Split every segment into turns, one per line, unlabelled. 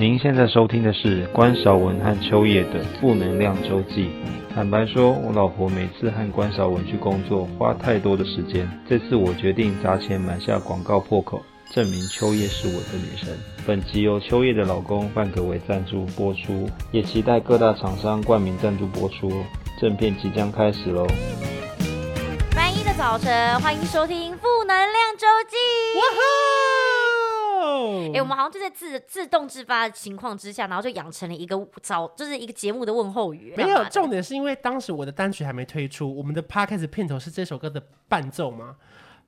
您现在收听的是关少文和秋叶的《负能量周记》。坦白说，我老婆每次和关少文去工作花太多的时间，这次我决定砸钱买下广告破口，证明秋叶是我的女神。本集由秋叶的老公范可为赞助播出，也期待各大厂商冠名赞助播出哦。正片即将开始喽！
翻一的早晨，欢迎收听《负能量周记》。
哇
哎、我们好像就在自自动自发的情况之下，然后就养成了一个早，就是一个节目的问候语。
没
干
有
嘛的
重点是因为当时我的单曲还没推出，我们的 podcast 片头是这首歌的伴奏嘛。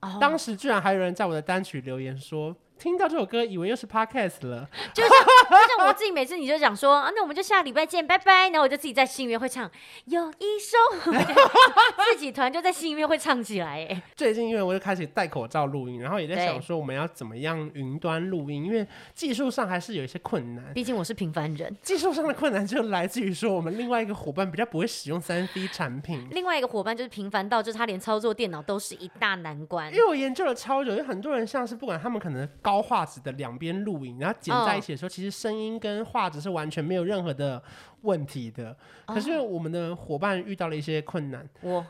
哦
当时居然还有人在我的单曲留言说，听到这首歌以为又是 podcast 了。
就是就像我自己每次你就讲说啊，那我们就下礼拜见，拜拜。然后我就自己在心里面会唱有一首， 自己突然就在心里面会唱起来。哎，
最近因为我就开始戴口罩录音，然后也在
对
想说我们要怎么样云端录音，因为技术上还是有一些困难。
毕竟我是平凡人。
技术上的困难就来自于说我们另外一个伙伴比较不会使用三 C 产品。
另外一个伙伴就是平凡到，就是他连操作电脑都是一大难关
因。为我研究了超久，有很多人像是不管他们可能高画质的两边录影，然后剪在一起的时
嗯
候，其实声音跟画质是完全没有任何的问题的。可
哦
是我们的伙伴遇到了一些困难，
我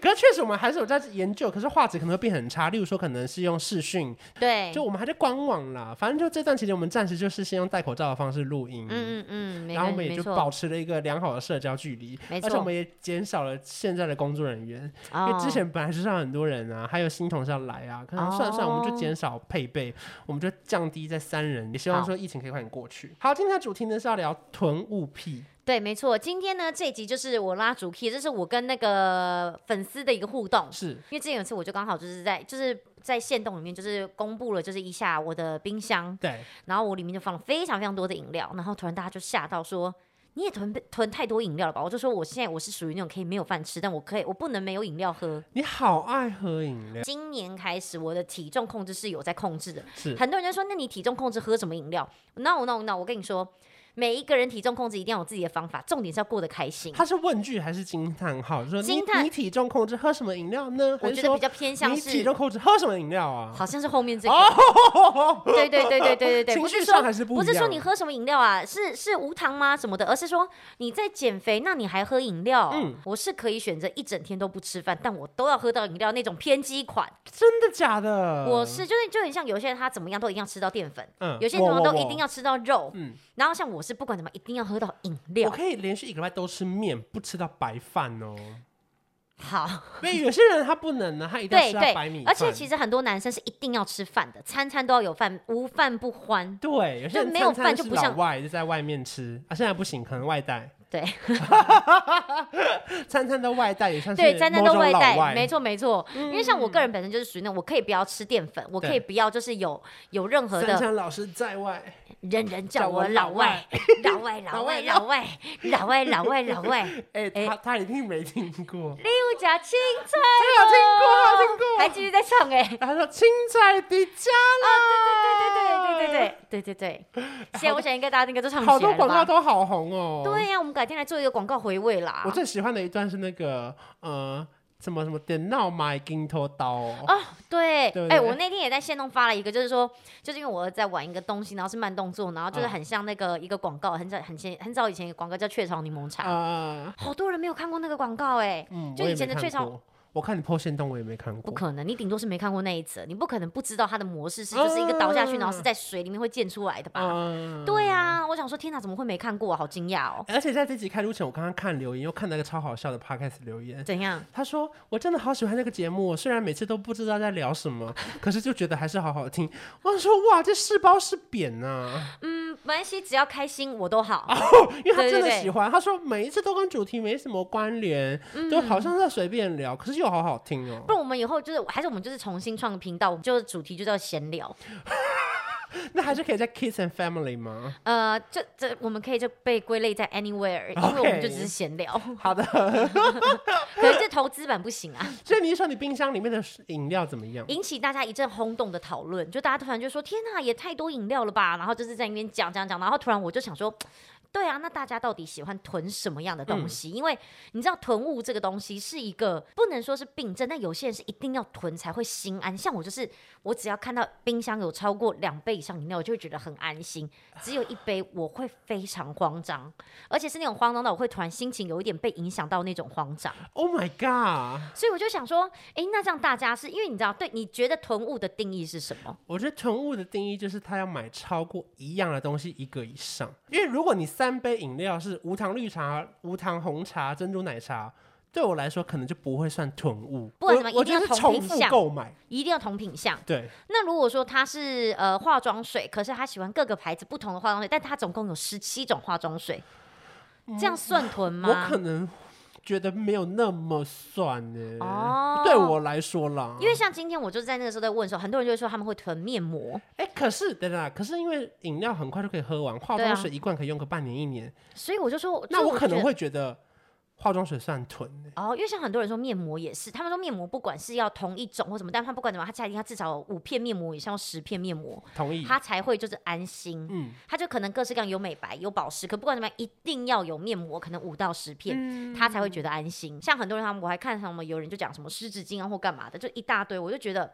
可是确实我们还是有在研究，可是画质可能会变很差。例如说，可能是用视讯，
对，
就我们还在观望啦。反正就这段期间，我们暂时就是先用戴口罩的方式录音。
嗯嗯嗯，没
然后我们也
没
就
错
保持了一个良好的社交距离，
没
而
错
且我们也减少了现在的工作人员，因
哦
为之前本来是上很多人啊，还有新同事要来啊，可能算了算了
哦
我们就减少配备，我们就降低在三人，也希望
好
说疫情可以快点过去。好，今天的主题呢是要聊囤物癖，
对，没错，今天呢这一集就是我拉主 key，这是我跟那个粉丝的一个互动。
是
因为之前有一次我就刚好就是在就是在线洞里面就是公布了就是一下我的冰箱，
对，
然后我里面就放了非常非常多的饮料，然后突然大家就吓到说。你也囤囤太多饮料了吧？我就说我现在我是属于那种可以没有饭吃，但我可以我不能没有饮料喝。
你好爱喝饮料，
今年开始我的体重控制是有在控制的，
是
很多人就说，那你体重控制喝什么饮料？No No No，我跟你说，每一个人体重控制一定要有自己的方法，重点是要过得开心。
它是问句还是惊叹号？就是说
惊
你
叹
你体重控制喝什么饮料呢？
我
还是
觉得
说
比较偏向
你体
是
重，控制喝什么饮料啊？
好像是后面这个。对对对对对对 对，
哦情
不是
绪
说
上还是不
不
一
是说
样
你喝什么饮料啊，是是无糖吗什么的，而是说你在减肥，那你还喝饮料？
嗯
我是可以选择一整天都不吃饭，但我都要喝到饮料那种偏激款。
真的假的？
我是就是就很像有些人他怎么样都一定要吃到淀粉，
嗯
有些
我
地方
我
都一
我
定要吃到肉，
嗯
然后像我是不管怎么样一定要喝到饮料
我。可以连续一个礼拜都吃面，不吃到白饭哦。
好。
所以有些人他不能呢，他一定要
对
吃到
对
白米，饭。
而且其实很多男生是一定要吃饭的，餐餐都要有饭，无饭不欢。
对，有些
就
人
没有
餐餐
饭就是不像
老外就在外面吃啊，现在不行，可能外带，
对
餐餐都外带也算是
对，餐餐都
某种老
带，
外嗯
没错没错。因为像我个人本身就是属于那种，我可以不要吃淀粉，我可以
对
不要就是有有任何
三
的
餐老师在外，
人人叫
叫
我
我
老
老
外
外，
老 外老
老
外
外
老外老外老外老 外，
哎、
哎
他他一定没听过。
六甲青 菜
他哎有听过他有
哦，
听过
还继续在唱哎。
然后说青菜的家啦，
哦对对对 对对对对对，现在我想应该大家应该都唱起来
啊好
了
多广告
吧？
都好红哦。
对啊呀，我们改天来做一个广告回味啦
我。最喜欢的一段是那个呃，什么什么点闹买金头刀哦，
哦，对，
对不
哎、
对
我那天也在线动发了一个，就是说，就是因为我儿子在玩一个东西，然后是慢动作，然后就是
嗯
很像那个一个广告，很早很前很早以前一个广告叫雀巢柠檬茶，
啊，
好多人没有看过那个广告、哎，
嗯，
就
我也
以前
没
的
看
最常
过。我看你破线动，我也没看
不
过。
可能，你顶多是没看过那一则，你不可能不知道它的模式是就是一个倒下去，然
嗯
后是在水里面会溅出来的吧？
啊
对啊，我想说，天哪，怎么会没看过、啊？好惊讶哦！
而且在这集开录前，我刚刚看留言，又看到一个超好笑的 podcast 留言。
怎样？
他说：“我真的好喜欢那个节目哦，虽然每次都不知道在聊 什么，可是就觉得还是好好听。”我想说：“哇，这是褒是贬呐、
嗯，没关系，只要开心我都 好。
因为他真
对
的
对对
喜欢。他说每一次都跟主题没什么关联，就好像在随便聊，可是又好好听哦
不。然我们以后就是，还是我们就是重新创个频道，我们就主题就叫闲聊。
那还是可以在 Kids and Family 吗？
呃，这这我们可以就被归类在 anywhere，因为我们就只是
OK
闲聊，
好的。
可是这投资版不行啊，
所以你是说你冰箱里面的饮料怎么样？
引起大家一阵轰动的讨论，就大家突然就说：“天哪，也太多饮料了吧！”然后就是在那边讲讲讲，然后突然我就想说，对啊，那大家到底喜欢囤什么样的东西？因为你知道囤物这个东西是一个不能说是病症，但有些人是一定要囤才会心安。像我就是，我只要看到冰箱有超过两杯以上饮料，我就会觉得很安心。只有一杯，我会非常慌张，而且是那种慌张到我会突然心情有一点被影响到那种慌张。
Oh my god！
所以我就想说，诶，那这样大家是因为你知道，对你觉得囤物的定义是什么？
我觉得囤物的定义就是他要买超过一样的东西一个以上，因为如果你三杯饮料是无糖绿茶、无糖红茶、珍珠奶茶，对我来说可能就不会算囤物，
不然
我
你们
我
一定要
觉得是
同
重
品
复
项
购买。
一定要同品相。
对，
那如果说他是呃化妆水，可是他喜欢各个牌子不同的化妆水，但他总共有十七种化妆水，这样算囤
我
吗
可？能觉得没有那么算呢。
哦
呃对我来说啦，
因为像今天我就是在那个时候在问的时候，很多人就会说他们会囤面膜，
哎、可是等等啊，可是因为饮料很快就可以喝完，化
对
妆
啊
水一罐可以用个半年一年，
所以我就说，
那
就
我可能
觉得
会觉得化妆水算囤呢、
哦，因为像很多人说面膜也是，他们说面膜不管是要同一种或什么，但他不管怎么样，他家里他至少有五片面膜以上，十片面膜，
同意。
他才会就是安心。
嗯
他就可能各式各样有美白有保湿，可不管怎么样，一定要有面膜，可能五到十片，
嗯
他才会觉得安心。像很多人他们，我还看什么有人就讲什么湿纸巾啊或干嘛的，就一大堆，我就觉
嗯
得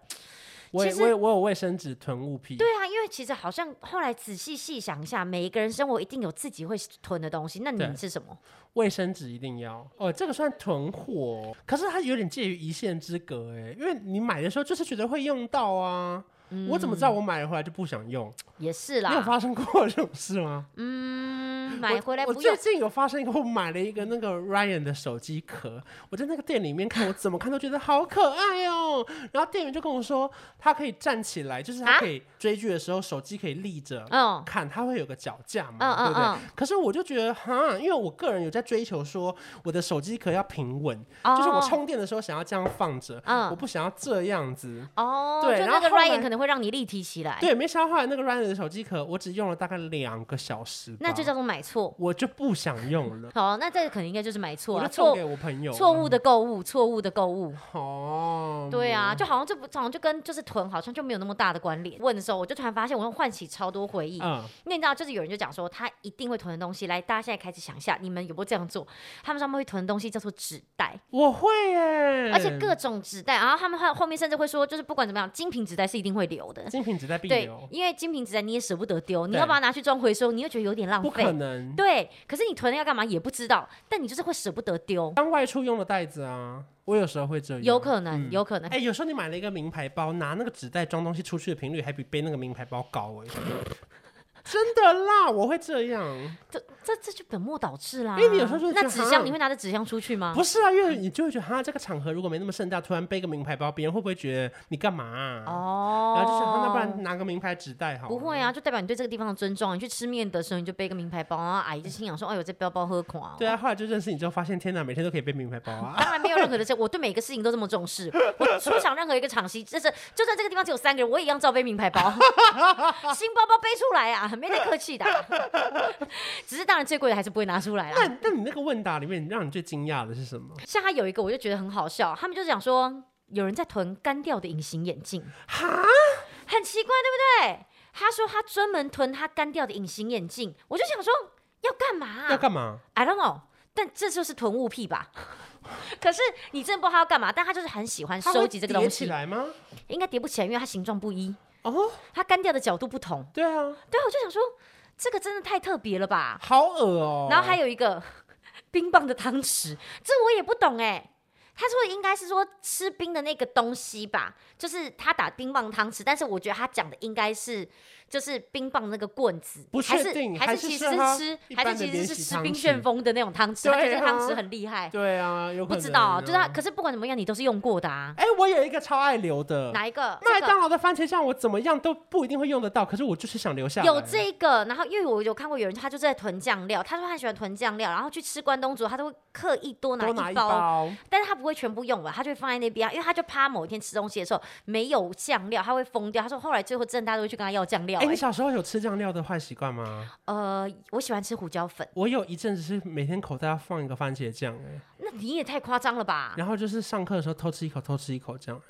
我也
其实
我也我有卫生纸囤物癖，
对啊，因为其实好像后来仔细细想一下，每一个人生活一定有自己会囤的东西，那
对
你是什么？
卫生纸一定要。哦，这个算囤货哦，可是它有点介于一线之隔哎，因为你买的时候就是觉得会用到啊。我怎么知道我买了回来就不想用？
也是
你有
啦，
发生过这种事 吗？
嗯，买回来
我
不
最
用，
近有发生一个，我买了一个那个 Ryan 的手机壳，我在那个店里面看，我怎么看都觉得好可爱哦。然后店员就跟我说，它可以站起来，就是它
啊
可以追剧的时候，手机可以立着。
嗯
看它会有个脚架嘛，
嗯嗯
对不对？
嗯
可是我就觉得哈，因为我个人有在追求说，我的手机壳要平稳，
哦
就是我充电的时候想要这样放着，
嗯
我不想要这样子。
哦，
对
就
然
那
后
个
后来
Ryan 可能会让你立体起来，
对，没想到后来那个 Ryan 的手机壳，我只用了大概两个小时吧，
那就叫做买错。
我就不想 用了。
好，那这个可能应该就是买错
我
啊，
就送
错
给我朋友
错误的购物，错误的购物。
哦，
对啊，就好像这不好像就跟就是囤好像就没有那么大的关联。问的时候，我就突然发现，我又唤起超多回忆。
嗯，
因为你知道，就是有人就讲说，他一定会囤的东西。来，大家现在开始想一下，你们有没有这样做？他们上面会囤的东西叫做纸袋，
我会耶，
而且各种纸袋。然后他们后后面甚至会说，就是不管怎么样，精品纸袋是一定会留的。
精品只在必
对
留，，
因为精品纸袋你也舍不得丢，你
对
要把它拿去装回收，你又觉得有点浪
不可
费。
能。
对，可是你囤了要干嘛也不知道，但你就是会舍不得丢，
当外出用的袋子啊，我有时候会这样。
有可能，有 可能。
哎、有时候你买了一个名牌包，拿那个纸袋装东西出去的频率还比背那个名牌包高哎、真的啦，我会这样。
这这这就本末倒置啦。
因为你有时候就会觉
那
得
纸
哈
箱，你会拿着纸箱出去吗？
不是啊，因为你就会觉得哈，这个场合如果没那么盛大，突然背个名牌包，别人会不会觉得你干嘛、啊？
哦，
然后就想，哈那不然拿个名牌纸袋好了。
不会啊，就代表你对这个地方的尊重啊。你去吃面的时候，你就背个名牌包，然后阿姨就心想说：“哎呦，这包包喝垮、哦。”
对啊，后来就认识你之后，发现天哪，每天都可以背名牌 包啊。
当然没有任何的这，我对每个事情都这么重视。我出场任何一个场戏，就是就算这个地方只有三个人，我也一样照背名牌包， 新包包背出来啊，没得客气的啊、 只是当然最贵的还是不会拿出来啦。
那那你那个问答里面，让你最惊讶的是什么？
像他有一个，我就觉得很好笑，他们就讲说有人在囤干掉的隐形眼镜，
哈，
很奇怪，对不对？他说他专门囤他干掉的隐形眼镜，我就想说要干嘛、啊
要干嘛？
I don't know，但这就是囤物癖吧。 可是你真的不知道他要干嘛，但他就是很喜欢
它会
收集这个东
叠起
西，
来吗？
应该叠不起来，因为它形状不一，
哦，
它干掉的角度不同。
对啊，
对啊，我就想说这个真的太特别了吧。
好恶哦、
然后还
有
有一个 冰棒的汤匙，这我也不懂哎、他说应该是说吃冰的那个东西吧，就是他打冰棒汤匙，但是我觉得他讲的应该是就是冰棒那个棍子，
不
还
确
是
定
还
还
是
是
其实
说
是
他
吃
一
还
般
是
的
其
免
实是
洗
吃
汤
冰
匙
旋风的那种汤匙，他觉
对
得汤匙
啊
很厉害。
对啊，有可
不
能
知道，
啊
就是他，可是不管怎么样，你都是用过的啊。
哎、我有一个超爱留的，
哪一个？
麦
这个
当劳的番茄酱，我怎么样都不一定会用得到，可是我就是想留下来。
有这个，然后因为我有看过有人，他就是在囤酱料，他说他很喜欢囤酱料，然后去吃关东煮，他都会刻意多拿
多拿
一
一
包，
包，
但是他不会全部用完，他就会放在那边啊，因为他就怕某一天吃东西的时候没有酱料，他会疯掉。他说后来最后真的大家都会去跟他要酱料、
哎、你
欸
小时候有吃酱料的坏习惯吗？
呃，我喜欢吃胡椒粉，
我有一阵子是每天口袋要放一个番茄酱、哎，
那你也太夸张了吧？
然后就是上课的时候偷吃一口，偷吃一口 这样。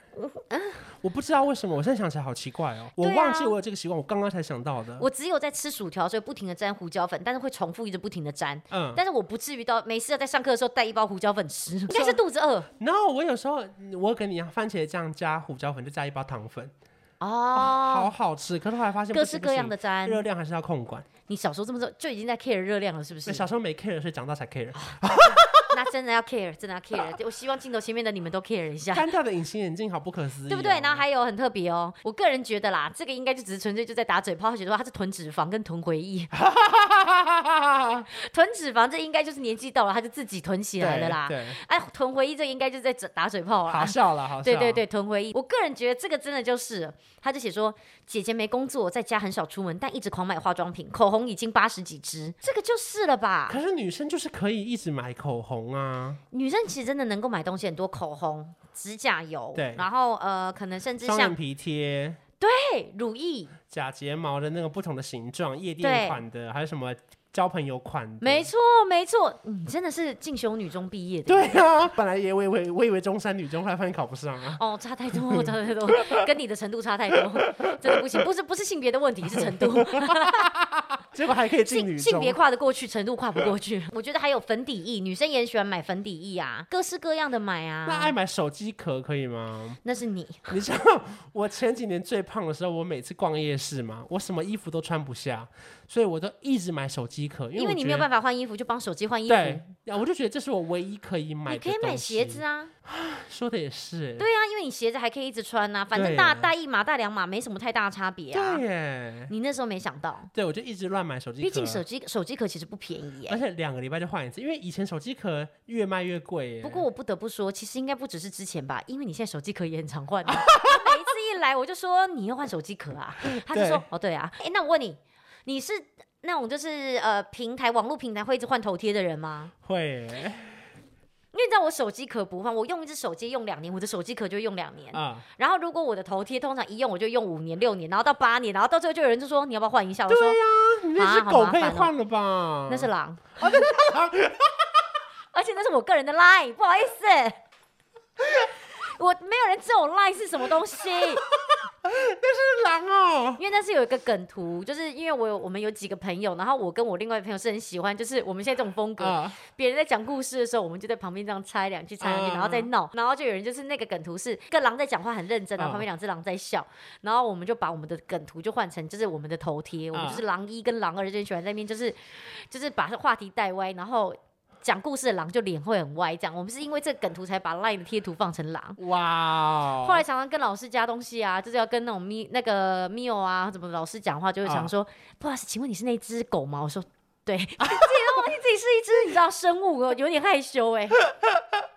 哎我不知道为什么，我现在想起来好奇怪哦，我
嗯对啊
忘记我有这个习惯，我刚刚才想到的。
我只有在吃薯条，所以不停的沾胡椒粉，但是会重复一直不停的沾，
嗯
但是我不至于到没事在上课的时候带一包胡椒粉吃，应该是肚子饿
，no，我有时候我跟你一样，番茄酱加胡椒粉，再加一包糖粉，好
哦。
好吃。可是后来发现
各
啊不行
式各样的，
不
沾
行，热量还是要控管。
你小时候这么做就已经在 care 热量了，是不是
对，？小时候没 care，所以长大才 care。
那真的要 care，真的要 care。我希望镜头前面的你们都 care 一下。
干掉的隐形眼镜好不可思议哦，
对不对？然后还有很特别哦，我个人觉得啦，这个应该就只是纯粹就在打嘴炮，他觉得哇他是囤脂肪跟囤回 忆，囤脂肪这应该就是年纪到了他就自己囤起来了啦。
对，对
哎，囤回忆这应该就是在打嘴炮啦
好。啊笑了，好笑。
对对，对，囤回忆。我个人觉得这个真的就是，他就写说，姐姐没工作，在家很少出门，但一直狂买化妆品，口红已经八十几支，这个就是了吧？
可是女生就是可以一直买口红啊，
女生其实真的能够买东西很多，口红、指甲油，
对
然后呃，可能甚至
双眼
像
皮贴、
嘿乳液，
假睫毛的那个不同的形状，夜
对
店款的，还有什么交朋友款的。
没错没错，你真的是进修女中毕业的。
对啊，本来也我以为我以为中山女中，后来发现考不上啊。
哦，差太多， 差太多，跟你的程度差太多，真的不行，不是不是性别的问题，是程 度，
结果还可以进
性
女
性
中
别，啊跨得过去，程度跨不过去。我觉得还有粉底液，女生也很喜欢买粉底液 啊，各式各样的买
那哎爱
啊。
买手机壳可以吗？
那是你，
你知道我前几年最胖的时候，我每次逛夜市嘛，我什么衣服都穿不下，所以我都一直买手机壳，因为
因为你没有
法。
办法换衣服，就帮手机换衣服。
对，然后我就觉得这是我唯一可以买
你
的
可以买
东
鞋
西
子啊，
说的也是，欸
对啊，因为你鞋子还可以一直穿呐、反正
对啊
大大一码、大两码没什么太大差别啊
对。耶，
你那时候没想到，
对我就一直乱买手机壳，
毕竟手机手机壳其实不便宜耶、
而且两个礼拜就换一次，因为以前手机壳越卖越贵耶。
不过我不得不说，其实应该不只是之前吧，因为你现在手机壳也很常换啊。 我每一次一来我就说你又换手机壳 啊，他就说
对
哦对啊。哎、那我问你，你是那种就是呃平台网络平台会一直换头贴的人吗？
会耶
因为你知道我手机壳不换，我用一只手机用两年，我的手机壳就会用两 年。
啊，
然后如果我的头贴通常一用我就用五年六年，然后到八年，然后到最后就有人就说你要不要换一下？我说、
那你那只
啊好
狗
麻
可以
烦哦
换了吧？ 啊
那是狼，而且那是我个人的 line，不好意思， 我没有人知道我 line 是什么东西。
是 狼 哦，
因为那是有一个梗图，就是因为我有我们有几个朋友，然后我跟我另外一个朋友是很喜欢，就是我们现在这种风格，
啊，
别人在讲故事的时候，我们就在旁边这样猜两句，猜两句，
啊
然后再闹，然后就有人就是那个梗图是一个狼在讲话很认真，然后
啊
旁边两只狼在笑，然后我们就把我们的梗图就换成就是我们的头贴，我们
啊
就是狼一跟狼二就很喜欢在那边就是就是把话题带歪，然后。讲故事的狼就脸会很歪，这样我们是因为这个梗图才把 LINE 的贴图放成狼。
哇哦，
后来常常跟老师加东西啊，就是要跟那种咪那个 mio 啊，怎么老师讲话就会
嗯
常说，不好意思，请问你是那只狗吗？我说对， 自己都忘记自己是一只你知道生物，我有点害羞哎、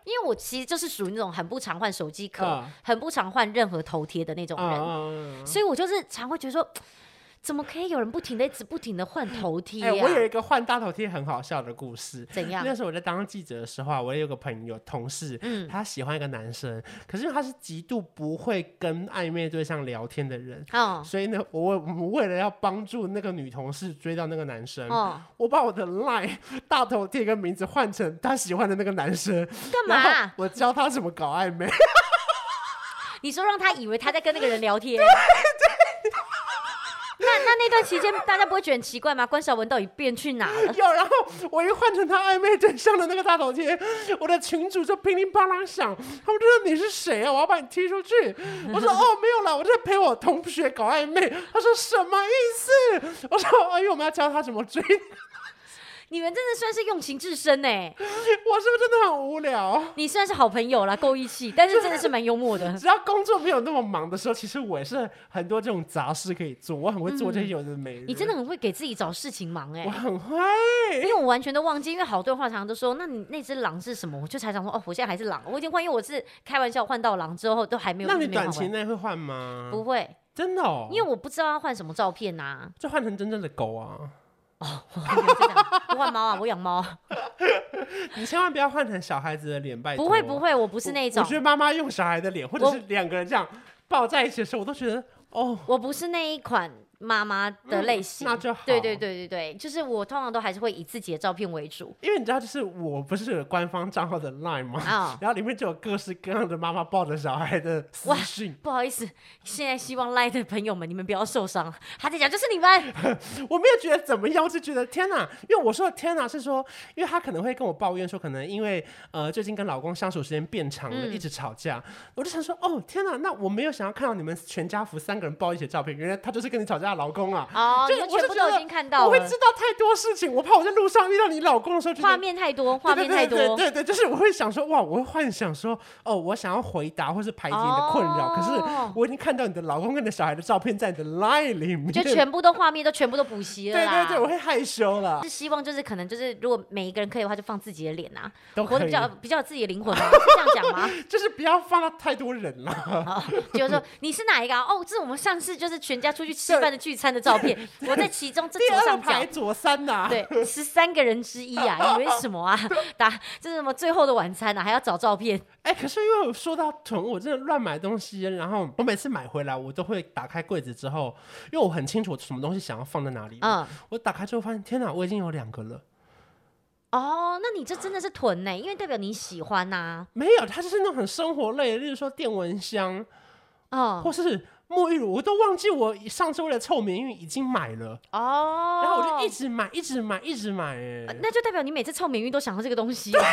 因为我其实就是属于那种很不常换手机壳、
啊
很不常换任何头贴的那种
啊
人，
啊啊
所以我就是常会觉得说，怎么可以有人不停的一直不停的换头贴
哎，
呀、
我有一个换大头贴很好笑的故事。
怎样？
那时候我在当记者的时候啊，我有个朋友同事，
嗯
他喜欢一个男生，可是他是极度不会跟暧昧对象聊天的人，
哦
所以呢，我为我们为了要帮助那个女同事追到那个男生，
哦，
我把我的 line 大头贴跟名字换成他喜欢的那个男生，
干嘛
然
啊、
后我教他怎么搞暧昧，
你说让他以为他在跟那个人 聊天。那那那段期间，大家不会觉得很奇怪吗？关晓雯到底变去哪了？
有，然后我一换成他暧昧对象的那个大头贴，我的群主就乒铃乓啷响，他们就说你是谁啊？我要把你踢出去。 我说哦，没有啦，我在陪我同学搞暧昧。他说什么意思？我说哎呦，我们要教他怎么追，我是
你们真的算是用情至深呢、
不是真的很无聊？
你虽然是好朋友啦，够义气，但是真的是蛮幽默的。
只要工作没有那么忙的时候，其实我也是很多这种杂事可以做，我很会做这些有的没的。
你真的很会给自己找事情忙哎、
我很会，
因为我完全都忘记，因为好多人话常常都说，那你那只狼是什么？我就才想说，哦，我现在还是狼，我已经换，因为我是开玩笑换到狼之后都还没有。
那
一
你
直没有
短
换回
期
来
内会换吗？
不会，
真的哦，
因为我不知道要换什么照片呐、啊。
就换成真正的狗啊！
我还没有在想不换猫啊，我养猫。
你千万不要换成小孩子的脸，拜托。
不会不
我，
会，我不是那一种。
我觉得妈妈用小孩的脸，或者
我
是两个人这样抱在一起的时候，我都觉得哦，
我不是那一款妈妈的类型。
嗯那就好。
对对对对对，就是我通常都还是会以自己的照片为主。
因为你知道，就是我不是有官方账号的 Line 吗？
啊
然后里面就有各式各样的妈妈抱着小孩的私
哇
讯，
不好意思，现在希望 Line 的朋友们，你们不要受伤。他在讲就是你 们，
我没有觉得怎么样，我只觉得天哪！因为我说的天哪是说，因为她可能会跟我抱怨说，可能因为呃最近跟老公相处时间变长了，
嗯
一直吵架。我就想说，哦天哪，那我没有想要看到你们全家福三个人抱一起的照片，原来她就是跟你吵架的老公啊！
哦，
就
你们
我
全
就
部
觉
都已
得
经看
我
到
会
了
知，道太多事情，我怕我在路上遇到你老公的时候，就
画
是
面太多，画
对
面太多。
对对对对，就是我会想说，哇，我会幻想说，哦，我想要回答或是排解你的困扰，可
哦
是我已经看到你的老公跟你的小孩的照片在你的 line 里面，
就全部都画面都全部都补习了
对
啦。
对对，我会害羞了，
是希望就是可能就是如果每一个人可以的话，就放自己的脸啊，
都
活
可
得比
以，
较比较有自己的灵魂啊，是这样讲 吗？
就是不要放到太多人了。
哦，就是说你是哪一个啊、哦，这是我们上次就是全家出去吃饭的聚餐的照片，我在其中这
第
左
二
上角
排。左三呐、
对，十三个人之一啊， 以为什么啊？打这是什么最后的晚餐啊？还要找照 片？
哎、可是因为我说到囤，我真的乱买东西，然后我每次买回来，我都会打开柜子之后，因为我很清楚我什么东西想要放在哪里。
嗯，
我打开之后发现，天哪，我已经有两个了。
哦，那你这真的是囤呢、因为代表你喜欢啊呐、
没有，它就是那种很生活类的，例如说电蚊香，
哦
或是沐浴乳，我都忘记我上次为了凑免运已经买了，
哦，
然后我就一直买，一直买，一直买、哎、
那就代表你每次凑免运都想到这个东西、啊。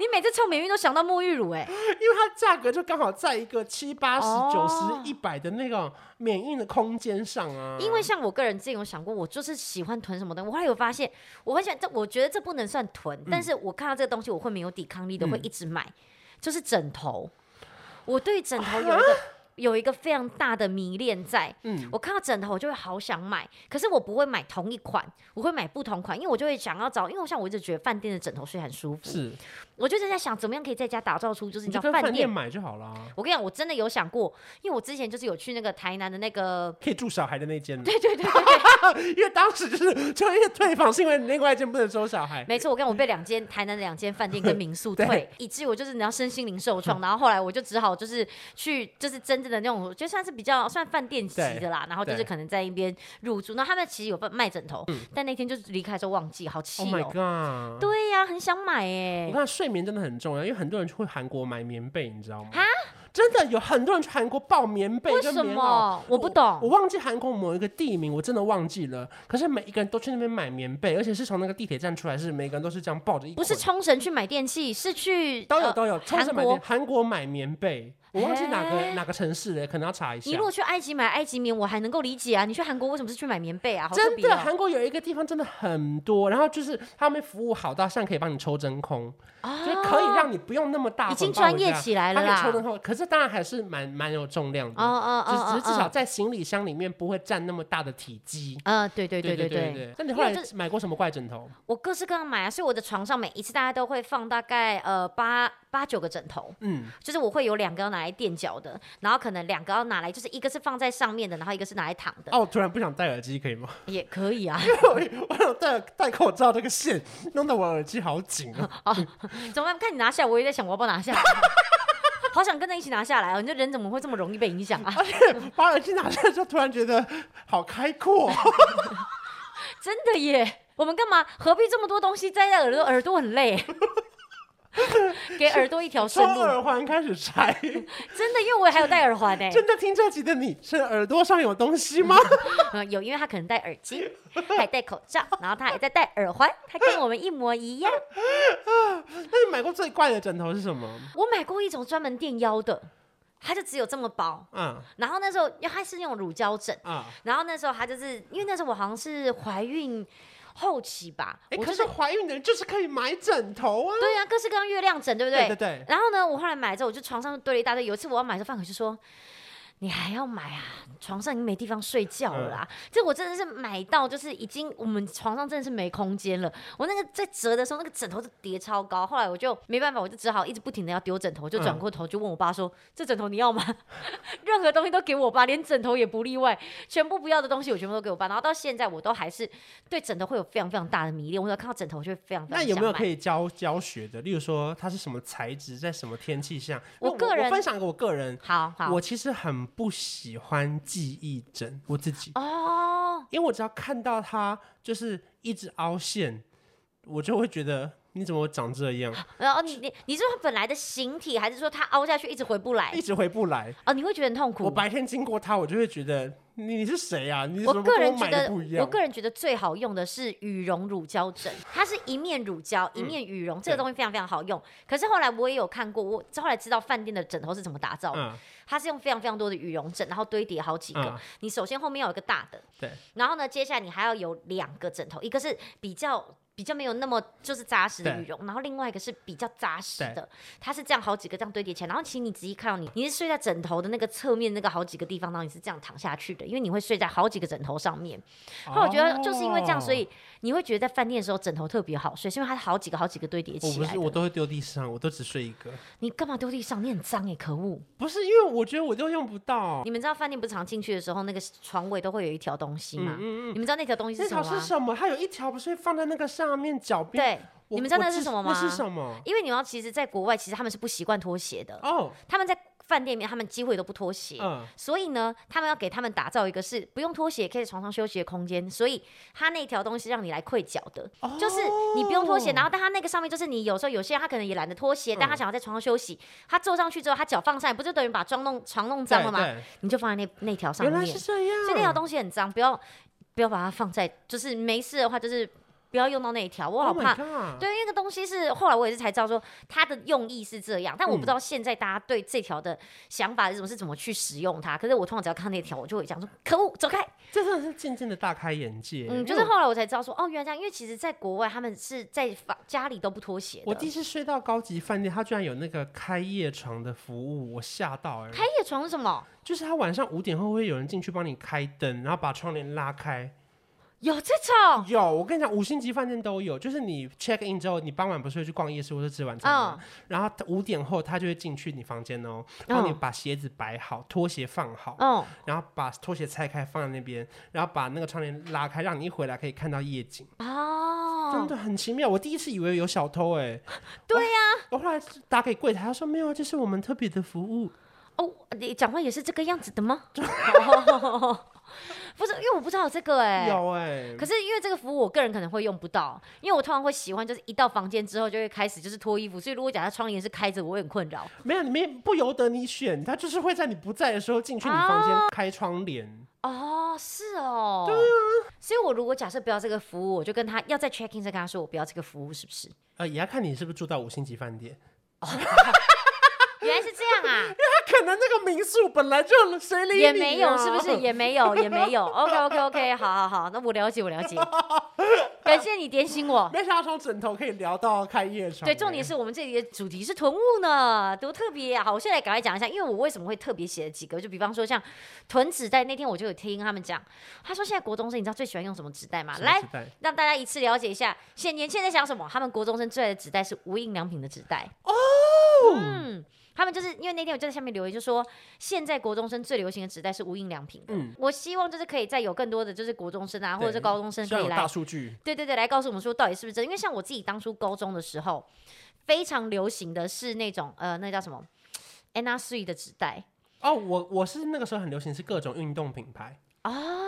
你每次凑免运都想到沐浴乳、欸，哎，
因为它价格就刚好在一个七八十、九
哦
十、一百的那个免运的空间上啊。
因为像我个人之前有想过，我就是喜欢囤什么东西。我后来有发现，我很喜欢这，我觉得这不能算囤，但
嗯
是我看到这个东西，我会没有抵抗力的，会一直买。就是枕头，我对枕头有一个
啊
有一个非常大的迷恋在。
嗯，
我看到枕头，我就会好想买，可是我不会买同一款，我会买不同款，因为我就会想要找，因为我像我一直觉得饭店的枕头睡很舒服，
是，
我就一直在想怎么样可以在家打造出就是
你
你知
就
道
跟
饭
饭
店
店买就好啦，
我跟你讲，我真的有想过，因为我之前就是有去那个台南的那 个，
可以住小孩的那间。
对对对对对，
因为当时就是就因为退房，是因为另外一间不能收小孩。
没错，我跟我被两间台南的两间饭店跟民宿退
对，
以至于我就是你要身心灵受 创，然后后来我就只好就是去就是真正的那种，就算是比较算饭店级的啦，然后就是
对
可能在一边入住，那他们其实有卖卖枕头，但那天就是离开的时候忘记，好气
嗯 Oh my
哦、
god！
对呀、很想买哎、
我看睡眠真的很重要，因为很多人去韩国买棉被，你知道吗？真的有很多人去韩国抱棉被
为
跟
什
棉
么
袄。
我不懂
我忘记韩国某一个地名，我真的忘记了。可是每一个人都去那边买棉被，而且是从那个地铁站出来，是每个人都是这样抱着一捆。
不是冲绳去买电器，是去
都有
呃
都有，冲绳
韩
买
国
棉韩国买棉被，我忘记哪
欸
个哪个城市了，可能要查一
你
下
如。果去埃及买埃及棉，我还能够理解啊。你去韩国为什么是去买棉被啊？好特
真
别
的，
哦
韩国有一个地方真的很多，然后就是他们服务好到像可以帮你抽真空，
啊
就是可以让你不用那么
哦
大
已
捆
经
抱
专业
回家
起来了
它可以
啦
抽真空，可是当然还是蛮蛮有重量的。
哦哦
只只是至少
嗯
在行李箱里面不会占那么大的体积。
嗯，对对对
对
对
对。那你后来
因为我就
买过什么怪枕头？
我各式各样买啊，所以我的床上每一次大家都会放大概呃八八九个枕头，
嗯，
就是我会有两个要拿来垫脚的，然后可能两个要拿来，就是一个是放在上面的，然后一个是拿来躺的，
哦，我突然不想戴耳机，可以 吗？
也可以啊。
我想戴戴口罩这个线弄得我耳机好紧啊！
怎么办？看你拿下，我也在想我要不要拿下来， 好想跟着一起拿下来哦。你这人怎么会这么容易被影响啊？
而且把耳机拿下来之后，突然觉得好开阔。
真的耶！我们干嘛？何必这么多东西摘在耳朵？耳朵很累， 给耳朵一条生
从
路。
耳环开始拆，
真的，因为我也还有戴耳环欸 呢、
真的听这集的你是耳朵上有东西吗？
嗯，有，因为他可能戴耳机，他还戴口罩，然后他还在戴耳环，他跟我们一模一样。
那你买过最怪的枕头是什么？
我买过一种专门垫腰的，它就只有这么薄。
啊
然后那时候，因为它是那种乳胶枕，
啊！
然后那时候它就是因为那时候我好像是怀孕后期吧，
哎，
我
可
就是
怀孕的人就是可以买枕头啊！
对啊，各式各样月亮枕，对不
对对对，
然后呢，我后来买了之后，我就床上堆了一大堆。有一次我要买的时候，范可就说：“你还要买啊？床上已经没地方睡觉了啦。这我真的是买到，就是已经我们床上真的是没空间了。我那个在折的时候，那个枕头就叠超高，后来我就没办法，我就只好一直不停的要丢枕头，就转过头就问我爸说：“这枕头你要吗？” 任何东西都给我爸，连枕头也不例外，全部不要的东西我全部都给我爸。然后到现在，我都还是对枕头会有非常非常大的迷恋。我只要看到枕头，我就会非常非常
那有没
想
有
买
可以教教学的？例如说它是什么材质，在什么天气下？
我
因为
个人
我分享给我个人，
好好
我其实很不喜欢记忆枕，我自己，
哦，
因为我只要看到它就是一直凹陷，我就会觉得你怎么长这样，
然后你你你是说它本来的形体，还是说它凹下去一直回不来
一？直回不来。
哦，你会觉得很痛苦。
我白天经过它，我就会觉得你你是谁啊？你
我
怎么
个
跟
人
我
觉
买
得
的不一，
我
样？
个人觉得最好用的是羽绒乳胶枕，它是一面乳胶，一面羽绒，这个
嗯对
东西非常非常好用。可是后来我也有看过，我后来知道饭店的枕头是怎么打造的，
嗯，
它是用非常非常多的羽绒枕，然后堆叠好几个。
嗯
你首先后面要有一个大的，
对，
然后呢，接下来你还要有两个枕头，一个是比较。比较没有那么就是扎实的
对
羽绒，然后另外一个是比较扎实
对
的，它是这样好几个这样堆叠起来，然后其实你仔细看到哦你你是睡在枕头的那个侧面那个好几个地方，然后你是这样躺下去的，因为你会睡在好几个枕头上面，后来我
哦
觉得就是因为这样，所以你会觉得在饭店的时候枕头特别好睡，是因为它好几个好几个堆叠
哦我
起
不
来
是我
的。
都会丢地上，我都只睡一个，
你干嘛丢地上？你很脏哎、可恶！
不是因为我觉得我都用不到。
你们知道饭店不是常进去的时候，那个床尾都会有一条东西吗？你们知道那条东西
嗯那
是什么
条
吗？
是什么？它有一条不是放在那个上面脚边？
对，
我
你们知道
我
那是
知
什么吗？
那是什么？
因为你们要其实，在国外其实他们是不习惯脱鞋的，
哦，
他们在饭店里面他们几乎也都不脱鞋。
嗯，
所以呢，他们要给他们打造一个是不用拖鞋可以在床上休息的空间，所以他那条东西让你来跪脚的，
哦
就是你不用拖鞋，然后但他那个上面就是你有时候有些人他可能也懒得拖鞋，但
嗯
他想要在床上休息，他坐上去之后，他脚放上来，不就等于把床弄床弄脏了
对
吗？
对
你就放在那那条上
原
面，
来是这样。
所以那条东西很脏，不要不要把它放在，就是没事的话就是不要用到那一条，我好
Oh
怕
my god
对，因为那个东西是后来我也是才知道说它的用意是这样，但我不知
嗯
道现在大家对这条的想法是怎么是怎么去使用它。可是我通常只要看到那条，我就会讲说可恶，走开。
这真的是渐渐的大开眼界。
嗯，就是后来我才知道说哦，原来这样，因为其实在国外他们是在房家里都不脱鞋
我
的
第。一次睡到高级饭店，它居然有那个开夜床的服务，我吓到哎、
开夜床是什么？
就是它晚上五点后会有人进去帮你开灯，然后把窗帘拉开。
有这种？
有，我跟你讲，五星级饭店都有，就是你 check in 之后，你傍晚不是会去逛夜市或者吃晚餐
哦
吗？然后它五点后他就会进去你房间哦，帮你
嗯
把鞋子摆好，拖鞋放好，
嗯，
然后把拖鞋拆开放在那边，然后把那个窗帘拉开，让你一回来可以看到夜景。真
嗯哦，
的很奇妙，我第一次以为有小偷 哎、
对
呀、我后来打给柜台，他说没有，啊这是我们特别的服务。
哦，你讲话也是这个样子的 吗？哦 不是，因为我不知道有这个哎、
有哎、
可是因为这个服务，我个人可能会用不到，因为我通常会喜欢就是一到房间之后就会开始就是脱衣服，所以如果假设窗帘是开着，我会很困扰。
没有，你没不由得你选，他就是会在你不在的时候进去你房间开窗帘。
哦，是哦，对啊。所以我如果假设不要这个服务，我就跟他要在 check in 再跟他说我不要这个服务，是不是？
呃，也要看你是不是住到五星级饭店，
原来是这样 啊，
他可能那个民宿本来就谁理你、
也
啊、
没有，是不是？？也没有，也没有。OK OK OK，好好好，那我了解，我了解。感谢你点醒我。
没想到从枕头可以聊到开夜场、欸
对，重点
是
是我们这里的主题是臀部呢，多特别啊！好，我现在赶快讲一下，因为我为什么会特别写了几个，就比方说像臀纸袋，那天我就有听他们讲，他说现在国中生你知道最喜欢用什么纸袋吗？来，让大家一次了解一下，现年轻人在想什么？他们国中生最爱的纸袋是无印良品的纸袋哦，嗯。他们就是因为那天我就在下面留言，就说现在国中生最流行的纸袋是无印良品的。
嗯
我希望就是可以再有更多的就是国中生啊，或者是高中生可
需要
以
有
来
大数据，
对对对，来告诉我们说到底是不是真的？因为像我自己当初高中的时候，非常流行的是那种呃，那叫什么 Anna Sui 的纸袋
哦，我我是那个时候很流行是各种运动品牌，
哦。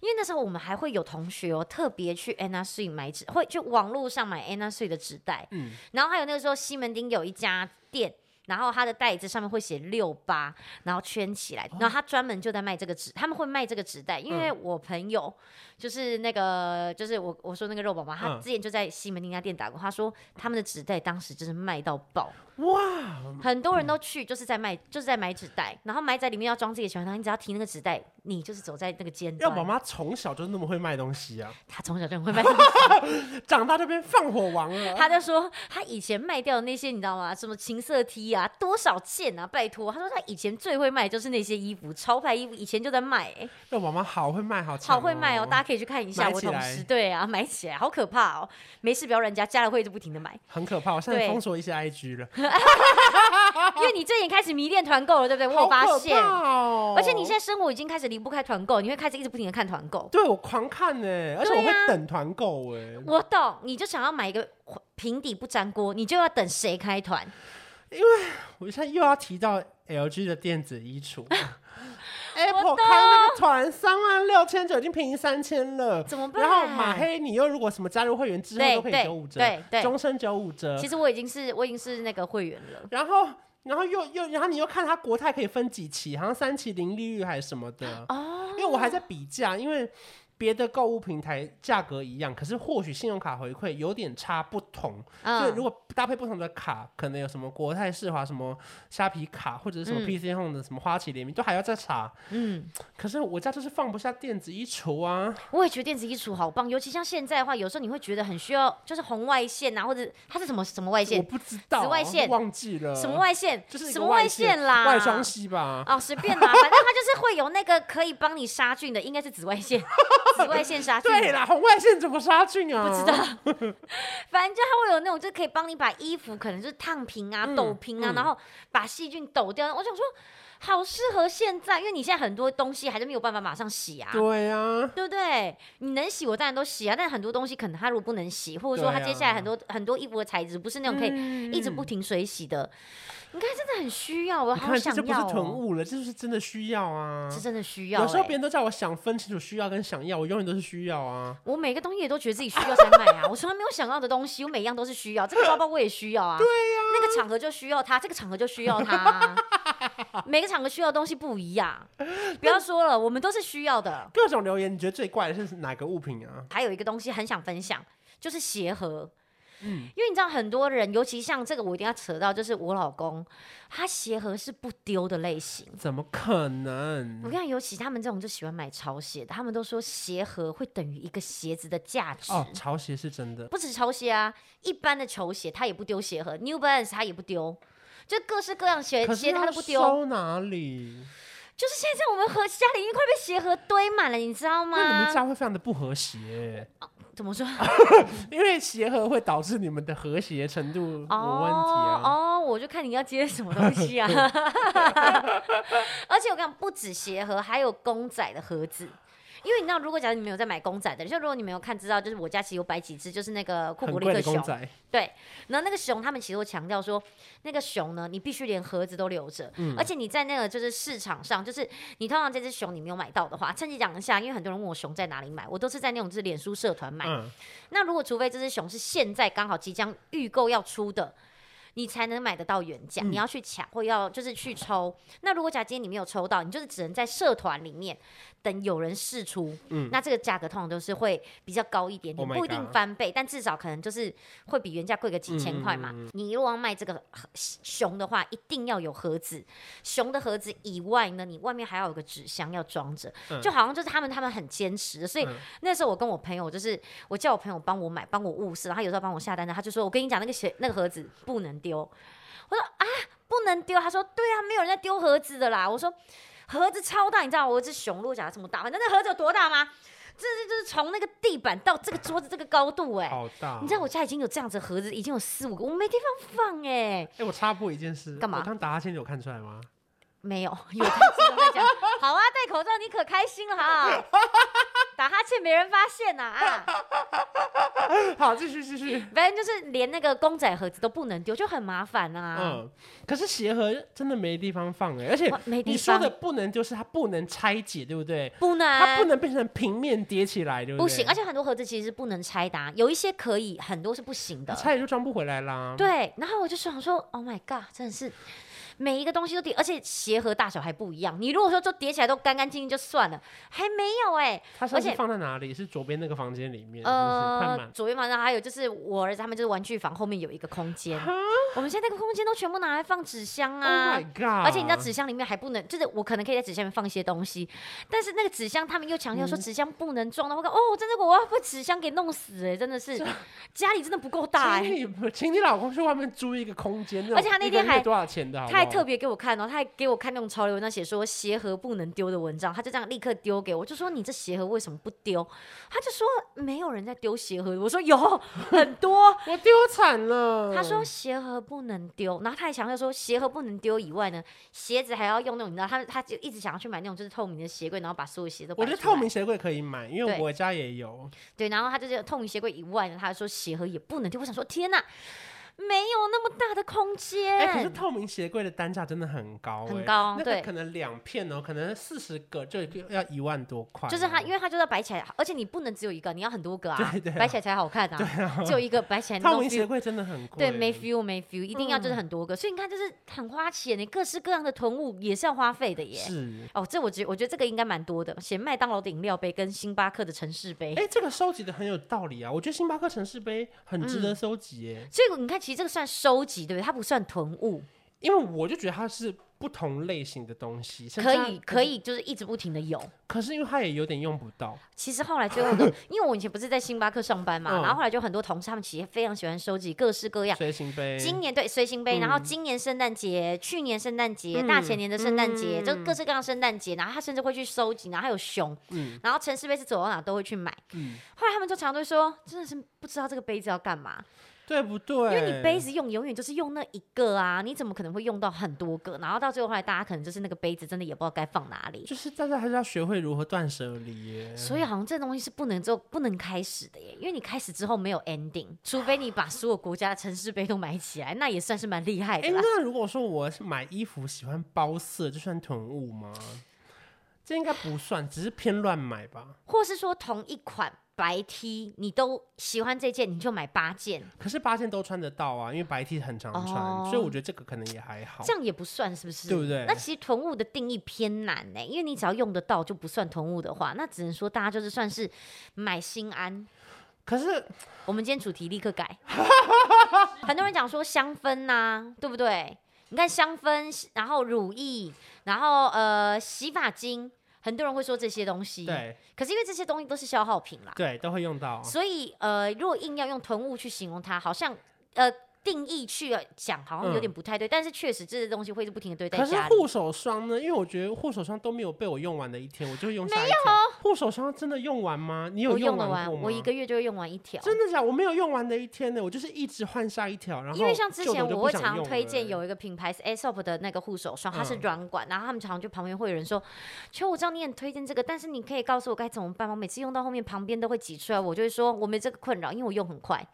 因为那时候我们还会有同学哦，特别去 Anna Sui 买纸，会去网络上买 Anna Sui 的纸袋。
嗯，
然后还有那个时候西门町有一家店。然后它的袋子上面会写六八，然后圈起来，然后他专门就在卖这个纸，他们会卖这个纸袋，因为
嗯
我朋友就是那个就是我我说那个肉宝嘛，他
嗯
之前就在西门町那家店打工，他说他们的纸袋当时就是卖到爆，
哇，嗯
很多人都去就是在卖就是在买纸袋，然后买在里面要装自己的喜欢的东西，你只要提那个纸袋，你就是走在那个尖
要宝
端。
妈从小就那么会卖东西啊，
他从小就很会卖东西
长大就变放火王 了。
他就说他以前卖掉的那些，你知道吗？什么情色 T 啊，多少件啊？拜托，他说他以前最会卖的就是那些衣服，潮牌衣服以前就在卖、欸，
肉宝妈好会卖，好强
好会卖哦，大家可以去看一下。
买
我
起
同
来
事对啊，买起来好可怕哦，没事不要人家，加了会一直不停的 买，
很可怕。我现在
对
封锁一些 IG 了，
因为你最近开始迷恋团购了，对不对？我
好
有发
可
现，
怕哦！
而且你现在生活已经开始离不开团购，你会开始一直不停的看团购。
对我狂看呢、而且我
对啊
会等团购哎，
我懂，你就想要买一个平底不粘锅，你就要等谁开团。
我现在又要提到 LG 的电子衣橱， Apple 开那个团三万六千九已经便宜三千了，
怎么办？
然后马黑你又如果什么加入会员之后
对
都可以
对
九五折
对，对
终身九五 折
其。实我已经是我已经是那个会员 了，
然后然后又又然后你又看它国泰可以分几期，好像三期零利率还是什么的。
哦
因为我还在比价，因为别的购物平台价格一样，可是或许信用卡回馈有点差不同。就
嗯，
如果搭配不同的卡，可能有什么国泰世华、什么虾皮卡，或者是什么
嗯
PC Home 的什么花旗联名，都还要再查。
嗯，
可是我家就是放不下电子衣橱啊，
我也觉得电子衣橱好棒，尤其像现在的话，有时候你会觉得很需要，就是红外线啊，或者它是什么什么外
我
线，
不知道啊
紫外线
忘记了
什么外线，
就是一
什
个
么
外
线啦，
外双系吧。
哦，随便啦，反 正它就是会有那个可以帮你杀菌的，应该是紫外 线，紫外线杀菌。
对啦，红外线怎么杀菌啊？
不知道，反正就它会有那种，就可以帮你把衣服可能就是烫平啊、
嗯
抖平啊，
嗯
然后把细菌抖掉。我想说，好适合现在，因为你现在很多东西还是没有办法马上洗啊，
对啊，
对不对？你能洗我当然都洗啊，但很多东西可能它如果不能洗，或者说它
对啊
接下来很多、很多衣服的材质不是那种可以
以
一直不。停水洗的，你看真的很需要，我
你
好
看，这
想
就不是
要、
囤
哦，
物了，这就是真的需要啊。
是真的需要、欸。
有时候别人都叫我想分清楚需要跟想要，我永远都是需要啊。
我每个东西也都觉得自己需要才买啊，我从来没有想要的东西，我每样都是需要。这个包包我也需要啊，对呀、那个场合就需要它，这个场合就需要它 啊，每个场合需要的东西不一样。不要说了，我们都是需要的。
各种留言，你觉得最怪的是哪个物品啊？
还有一个东西很想分享，就是鞋盒。
嗯，
因为你知道很多人，尤其像这个，我一定要扯到，就是我老公，他鞋盒是不丢的类型。
怎么可
我
能？
跟你讲，尤其他们这种就喜欢买潮鞋的，他们都说鞋盒会等于一个鞋子的价值。
哦，潮鞋是真的，
不止潮鞋啊，一般的球鞋他也不丢鞋盒，New Balance 他也不丢，就各式各样鞋
可是
哎鞋他
要
都不丢。
收哪里？
就是现在我们和家里已经快被鞋盒堆满了，你知道
那你
吗
们？家会非常的不和谐，
怎么说？
因为鞋盒会导致你们的和谐程度有问题
哦
啊。
哦，我就看你要接什么东西 啊！而且我跟你讲，不止鞋盒，还有公仔的盒子。因为你知道，如果假如你没有在买公仔的，就如果你没有看，知道就是我家其实有摆几只，就是那个库
很
伯利
贵
克
的
熊
公，仔，
对，然后那个熊他们其实会强调说，那个熊呢，你必须连盒子都留着，
嗯
而且你在那个就是市场上，就是你通常这只熊你没有买到的话，趁机讲一下，因为很多人问我熊在哪里买，我都是在那种就是脸书社团买。
嗯，
那如果除非这只熊是现在刚好即将预购要出的。你才能买得到原价，你
嗯
要去抢或要就是去抽。那如果假如今天你没有抽到，你就是只能在社团里面等有人试出。
嗯
那这个价格通常都是会比较高一点点
Oh my
不一定
God
翻倍，但至少可能就是会比原价贵个几千块
嗯
嘛。你如果要卖这个盒熊的话，一定要有盒子。熊的盒子以外呢，你外面还要有个纸箱要装着，
嗯
就好像就是他们他们很坚持，所以
嗯
那时候我跟我朋友就是我叫我朋友帮我买，帮我物色，然后他有时候帮我下单的，他就说我跟你讲那个鞋那个盒子不能丢，我说啊不能丢，他说对啊，没有人在丢盒子的啦，我说。盒子超大，你知道我一只熊落脚这么大，反正那盒子有多大吗？这是就是从那个地板到这个桌子这个高度哎、
好大哦。
你知道我家已经有这样子的盒子，已经有四五个，我没地方放哎、
哎，我插播一件事，
干嘛
我刚打哈欠，你有看出来吗？
没有，有在听在讲。 好啊，戴口罩你可开心了哈，打哈欠没人发现呐啊
好，继续继续。
反正就是连那个公仔盒子都不能丢，就很麻烦啊。
嗯，可是鞋盒真的没地方放哎，而且
哇没地
你说
方
的不能就是它不能拆解，对不对？
不
它
能，
不能变成平面叠起来，对
啊不
对？
行，而且很多盒子其实是不能拆的啊、有一些可以，很多是不行的。
拆了就装不回来啦。，
对，然后我就想说，Oh my god，真的是每一个东西都叠，而且鞋盒大小还不一样。你如果说就叠起来都干干净净就算了，还没有哎、
它上次
而且
放在哪里？是左边那个房间里面，是不是？快
呃
满，。
左边房上还有就是我儿子他们就是玩具房后面有一个空间，我们现在那个空间都全部拿来放纸箱
Oh
啊
my。god！
而且你知道纸箱里面还不能，就是我可能可以在纸箱里面放一些东西，但是那个纸箱他们又强调说纸箱不能装的，我讲哦，真的我要被纸箱给弄死哎、真的是家里真的不够大哎、
请你不请你老公去外面租一个空间，种
而且他那
一个
天还
月多少钱的？好不
他
好
还特别给我看哦，他还给我看那种潮流文章，写说鞋盒不能丢的文章，他就这样立刻丢给我，就说你这鞋盒为什么不丢？他就说没有人在丢鞋盒，我说有很多。
我丢惨了。
他说鞋盒不能丢，然后他还强调说鞋盒不能丢以外呢，鞋子还要用那种，你知道，他他就一直想要去买那种就是透明的鞋柜，然后把所有鞋都摆
我觉得
出来
透明鞋柜可以买，因为
对
我家也有。
对，然后他就是透明鞋柜以外呢，他还说鞋盒也不能丢。我想说天哪，没有那么大的空间。
哎、可是透明鞋柜的单价真的很高、哎
很高
那
对
个可能两片哦，可能四十个就要一万多块哦，
就是它，因为它就是要摆起来，而且你不能只有一个，你要很多个啊，
对对啊
摆起来才好看啊。只有一个摆起 来，
透
no
明
feel
鞋柜真的很贵，嗯
对，没 feel 没 feel，一定要就是很多个，所以你看，就是很花钱，你各式各样的囤物也是要花费的耶。
是。
哦，这我觉我觉得这个应该蛮多的，写麦当劳的饮料杯跟星巴克的城市杯。
哎、这个收集的很有道理啊！我觉得星巴克城市杯很值得收集哎耶、
所以你看，其实这个算收集，对不对？它不算囤物，
因为我就觉得它是不同类型的东西，甚至
可
它
以可。以就是一直不停的有。
可是因为它也有点用不到，
其实后来最后的，因为我以前不是在星巴克上班嘛，
嗯
然后后来就很多同事他们其实非常喜欢收集各式各样。
随行杯。嗯
今年对随行杯，然后今年圣诞节、去年圣诞节、大前年的圣诞节，就各式各样的圣诞节，然后他甚至会去收集，然后还有熊，
嗯
然后城市杯是走到哪都会去买。
嗯，
后来他们就常常都会说，真的是不知道这个杯子要干嘛，
对不对？
因为你杯子用永远就是用那一个啊，你怎么可能会用到很多个？然后到最后后来大家可能就是那个杯子真的也不知道该放哪里，
就是大家还是要学会如何断舍离哎耶。
所以好像这东西是不能做不能开始的耶，因为你开始之后没有 ending，除非你把所有国家的城市杯都买起来，那也算是蛮厉害
哎、
的啦。
那如果说我是买衣服喜欢包色，就算囤物吗？这应该不算，只是偏乱买吧。
或是说同一款白 T，你都喜欢这件，你就买八件，
可是八件都穿得到啊，因为白 T 很常穿，
哦
所以我觉得这个可能也还好
这。样也不算是不是？
对不对
那其实囤物的定义偏难呢、因为你只要用得到就不算囤物的话，那只能说大家就是算是买心安。
可是
我们今天主题立刻改， 很多人讲说香氛呐、对不对？你看香氛，然后乳液，然后呃洗发精，很多人会说这些东西。。
对
可是因为这些东西都是消耗品啦，
对都会用到，啊
所以呃，如果硬要用囤物去形容它，好像呃定义去讲，好像有点不太对。但是确实这些东西会是不停的堆在
嗯可是
家里。
护手霜呢？因为我觉得护手霜都没有被我用完的一天，我就会用下一条。护手霜真的用完吗？你
我
用
用得完，
过吗？
我一个月就会用完一条。
真的假的？我没有用完的一天呢，我就是一直换下一条。然后
因为像之
旧的
前
就
我
不
会
想
常
用
推
了欸
荐有一个品牌是 Aesop 的那个护手霜，它是
嗯
软管，然后他们常就旁边会有人说：“秋，我知道你很推荐这个，但是你可以告诉我该怎么办吗？”我每次用到后面旁边都会挤出来，我就会说我没这个困扰，因为我用很快。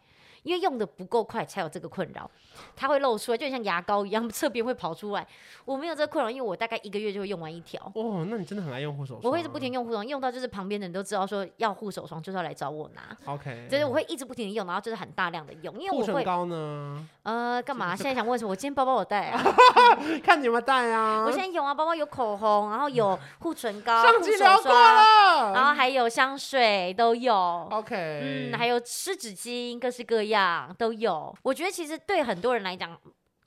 因为用的不够快才有这个困扰，它会露出来，就很像牙膏一样， 侧边会跑出来。我没有这个困扰，因为我大概一个月就会用完一条，
哦，那你真的很爱用护手霜啊。
我会一直不停用护手霜，用到就是旁边的人都知道说要护手霜就是要来找我拿，
啊 OK，
就是我会一直不停的用，然后就是很大量的用，因为
哎护
我
唇
会
膏呢？
呃干嘛？现在想问什么？我今天包包我带啊。
看你们带啊！
我现在有啊，包包有口红，然后
嗯
有护唇膏、
上
护
集
手
聊过
霜，然
了。哦
后还有香水都有。
啊 OK，
啊嗯，还有湿纸巾，各式各样都有。我觉得其实对很多人来讲，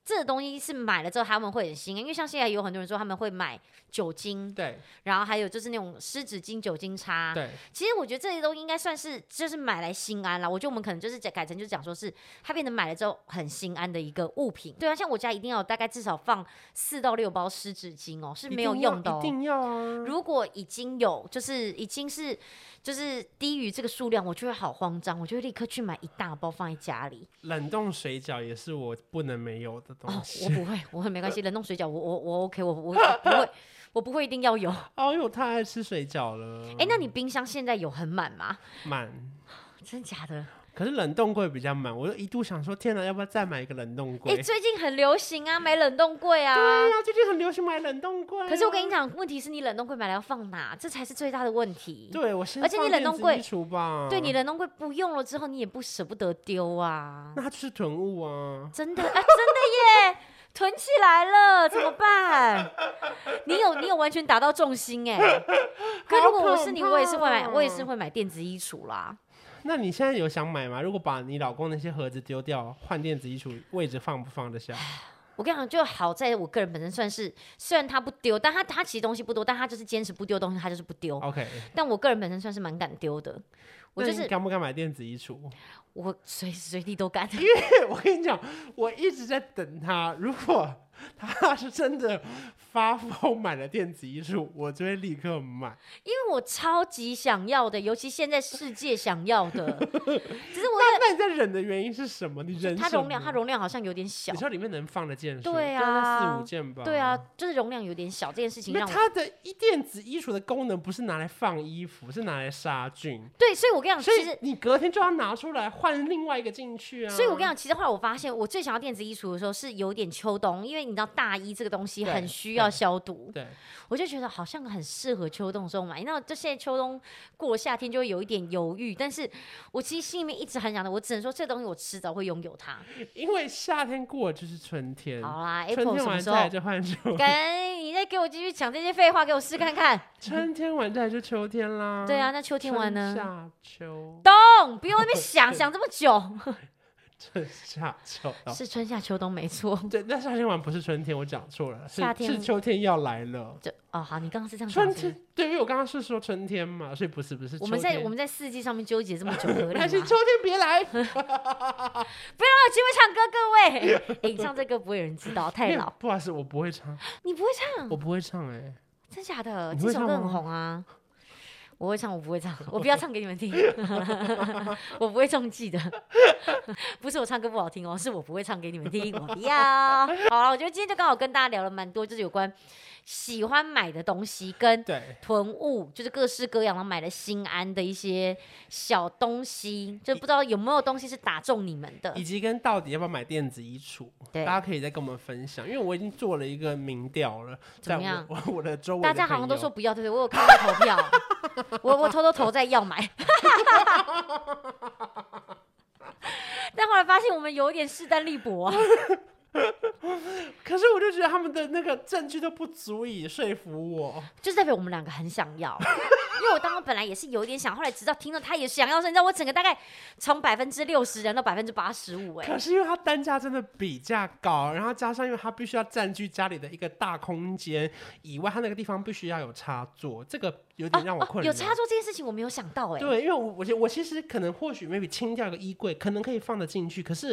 这个东西是买了之后他们会很心安，因为像现在有很多人说他们会买酒精，
对
然后还有就是那种湿纸巾、酒精擦。
对，
其实我觉得这些都应该算是就是买来心安啦。我觉得我们可能就是改成就讲说是它变得买了之后很心安的一个物品。对啊，像我家一定要有大概至少放四到六包湿纸巾哦，是
一
没有
定要
用的、
一
哦。
定要啊！
如果已经有，就是已经是就是低于这个数量，我就会好慌张，我就会立刻去买一大包放在家里。
冷冻水饺也是我不能没有的东
哦，我
西。
不会，我会没关
呃
系，冷冻水饺我我我 OK，我我我不 会，我不会一定要有。
哦，因为我太爱吃水饺了。
哎，那你冰箱现在有很满吗？
满。
真假的？
可是冷冻柜比较满，我就一度想说，天哪，要不要再买一个冷冻
哎、
柜？
最近很流行啊，买冷冻柜啊。
对呀、最近很流行买冷冻柜啊、
可是我跟你讲，问题是你冷冻柜买来要放哪？这才是最大的问题。
对啊我先
而且你
放
冷
电
冻
子
柜
衣橱吧，
对，你冷冻柜不用了之后，你也不舍不得丢啊。
那它就是囤物啊。
真的啊，真的耶，囤起来了，怎么办？你有你有完全打到重心哎、 可如果我是你，
好可
我
怕哦
也是会买，我也是会买电子衣橱啦。
那你现在有想买吗？如果把你老公那些盒子丢掉，换电子衣橱，位置放不放得下？
我跟你讲，就好在我个人本身算是，虽然他不丢，但他他其实东西不多，但他就是坚持不丢东西，他就是不丢。
OK，
但我个人本身算是蛮敢丢的，我就
哦那你
是
敢不敢买电子衣橱？
我随时随地都敢。
我跟你讲，我一直在等他。如果他是真的发疯买了电子衣橱，我就会立刻买。
因 为我超级想要的，尤其现在世界想要的，只是我
那你在忍的原因是什么？你忍
它
什
容量它
么
容量好像有点小
你，说里面能放的件数，
对
大概
啊
四五件吧。
对啊，，就是容量有点小这件事情
那
让我
它的衣电子衣橱的功能不是拿来放衣服，是拿来杀菌，
对，所以我跟你讲，
所
啊其
以
实。
你隔天就要拿出来换另外一个进去啊。
所以我跟你讲，其实后来我发现，我最想要电子衣橱的时候是有点秋冬，因为你知道大衣这个东西
对
很需要
对
消毒，
对，
我就觉得好像很适合秋冬的时候买。那就现在秋冬过了夏天就会有一点犹豫，但是我其实心里面一直很想的，我只能说这东西我迟早会拥有它。
因为夏天过了就是春天，
好啦
春
，Apple
天
什么
完
时
再来
候？
就换 秋，
敢你再给我继续讲这些废话，给我试看看。
春天完再来就秋天啦。
对啊，，那秋天完
嗯春
呢？
夏秋，
懂，不用在那边 想想这么久。
春夏秋。哦
是春夏秋冬没错。
对，那夏天完不是春天，我讲错了，是
夏天
是秋天要来了。
这哦，好，你刚刚是这样讲是不
春
是。
天，对，因为我刚刚是说春天嘛，所以不是不是秋
我
天。
们在我们在四季上面纠结这么 久，合理吗？
但是
不要啊
秋天别来，
有机会唱歌，各位。哎，你唱这歌不会有人知道，太
因为
老。 嗯
不好意思，我不会唱，
你不会唱，
我不会唱哎、
真假的？
你
这
会
首
唱
歌很
吗
红啊。我会唱，我不会 唱，我不要唱给你们听。 我不会中计的， 不是我唱歌不好听哦，是我不会唱给你们 听。我不要。好了，我觉得今天就刚好跟大家聊了蛮多，就是有关喜欢买的东西跟
对，
囤物，就是各式各样，然后买了心安的一些小东西，就不知道有没有东西是打中你们的
以。及跟到底要不要买电子衣橱，
对
大家可以再跟我们分享，因为我已经做了一个民调了，
怎
在
么样
我我 我的周围的
大家好像都
朋
说
友
不要，对不对？我有看到投票， 我我偷偷投在要买， 但后来发现我们有点势单力薄啊。
可是我就觉得他们的那个证据都不足以说服我，
就是代表我们两个很想要。因为我当时本来也是有一点想，后来直到听到他也想要的时候，你知道我整个大概从百分之六十人到百分之八十五，哎，
可是因为它单价真的比价高，然后加上因为它必须要占据家里的一个大空间以外，它那个地方必须要有插座，这个有点让我困
哦
扰、
有插座这件事情我没有想到，哎，
对，因为我我其我其实可能或许 maybe 清掉一个衣柜，可能可以放得进去，可是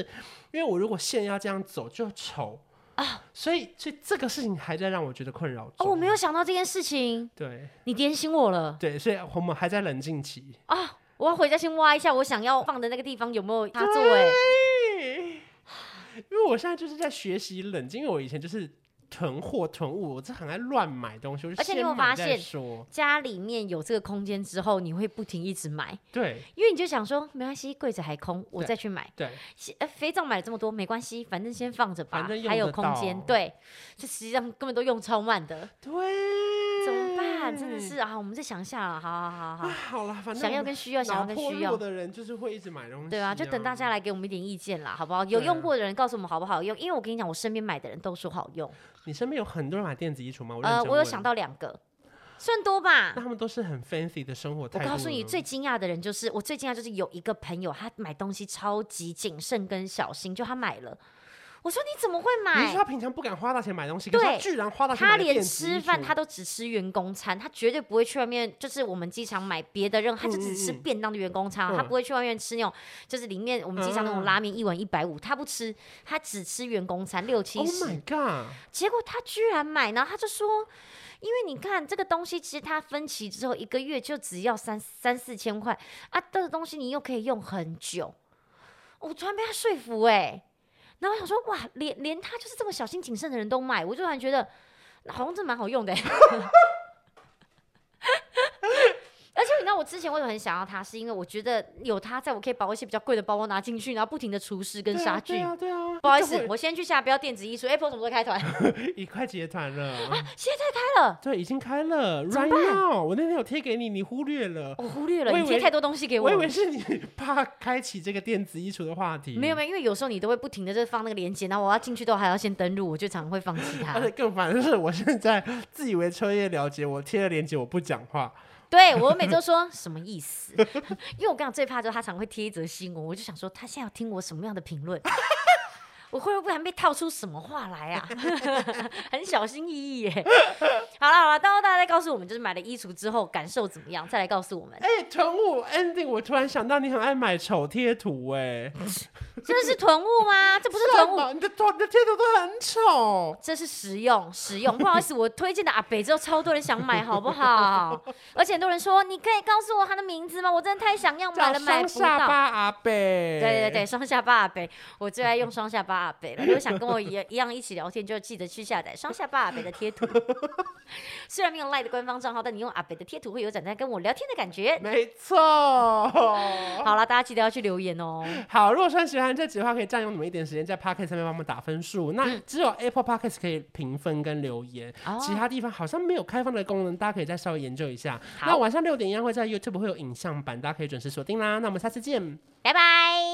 因为我如果线要这样走就丑啊，所以所以这个事情还在让我觉得困扰
哦，
中
我没有想到这件事情，
对
你点醒我了
对，所以我们还在冷静期。
啊！我要回家先挖一下我想要放的那个地方有没有插座，哎，
对因为我现在就是在学习冷静，因为我以前就是囤货囤物，我这很爱乱买东西，我就
而且你
先
有发
买再
现
说，
家里面有这个空间之后，你会不停一直买，
对
因为你就想说没关系，柜子还空，我
对
再去买。
对，
洗呃，肥皂买了这么多没关系，反正先放着吧
反正，用
还有
得
空间。
到
对，这实际上根本都用超慢的，
对，
怎么办？真的是啊，我们再想一下啊，好好好
嗯 啊，
好，
好了，反正
想
我
要跟需要，想
脑
要跟
波
需
弱
要。
的人就是会一直买东西、
对啊，就等大家
来。
来给我们一点意见啦，好不好？有
对
用
啊
过的人告诉我们好不好用，因为我跟你讲，我身边买的人都说好用。
你身边有很多人买电子衣橱吗？我认
呃，
真
我有
问
想，到两个，算多吧
那。他们都是很 fancy 的生活
我
态度了吗。
告诉你，最惊讶的人就是我最惊讶就是有一个朋友，他买东西超级谨慎跟小心，就他买了。我说你怎么会
你
买
是说？他平常不敢花大钱买东西，可是他
欸对
居然花大钱买
他
了
连
电子衣
吃饭
橱
他都只吃员工餐，他绝对不会去外面，就是我们机场买别的任何，他就只吃
嗯嗯嗯
便当的员工餐哦，他
嗯
不会去外面吃那种，就是里面我们机场那种
啊
拉面一碗一百五，他不吃，他只吃员工餐六七
，Oh
十。
my god！
结果他居然买，然后他就说，因为你看这个东西，其实它分期之后一个月就只要三三四千块啊，这个东西你又可以用很久。我突然被他说服哎、然后我想说哇，连连他就是这么小心谨慎的人都买，我就突然觉得好像真蛮好用的、欸。 而且你知道我之前为什么很想要它，是因为我觉得有它在，我可以把我一些比较贵的包包拿进去，然后不停的除湿跟
对啊
杀菌。
对啊，对啊，
不好意
这
思，我先去下标电子艺术 Apple 什么时候开团？
会 一块结团了，
啊现在开了，
对，已经开了
怎么
，right now，我那天有贴给你，你忽略了，
我忽略了，
我以
你贴
为
太多东西给我
我以
了。
为是你怕开启这个电子衣橱的话题，
没有没有，因为有时候你都会不停的在放那个链接，然后我要进去都还要先登录，我就常会放弃它
而。且更烦的是，我现在自以为秋叶了解，我贴了链接，我不讲话，
对我每周说什么意思？ 因为我跟你讲最怕就是他常会贴一则新闻，我就想说他现在要听我什么样的评论， 我会不会还被套出什么话来啊？ 很小心翼翼耶。好了好了，到时候大家再告诉我们，就是买了衣橱之后感受怎么样，再来告诉我们。
哎、囤物 ending，我突然想到你很爱买丑贴图、哎，
这是囤物吗？这不是
算
囤物，
吧你的头你的贴图都很丑，
这是实 用实用。不好意思，我推荐的阿北之后，超多人想买，好不 好？而且很多人说，你可以告诉我他的名字吗？我真的太想要买
叫
了，买
双
不
下
到。
巴阿贝。
对对对，，双下巴阿北，我最爱用双下巴阿北了。如果想跟我一样一样一起聊天，就记得去下载双下巴阿北的贴 图。虽然没有 Line 的官方账号，但你用阿北的贴图会有种在跟我聊天的感觉。
没错。
好了，大家记得要去留言哦。
好，如果说喜欢这集的话，可以占用你们一点时间在 p o c k e t 上面帮我们打分数。那只有 Apple p o c k e t 可以评分跟留言，
哦
其他地方好像没有开放的功能，大家可以再稍微研究一下。
好
那晚上六点一样会在 YouTube 会有影像版，大家可以准时锁定啦。那我们下次见。
拜拜。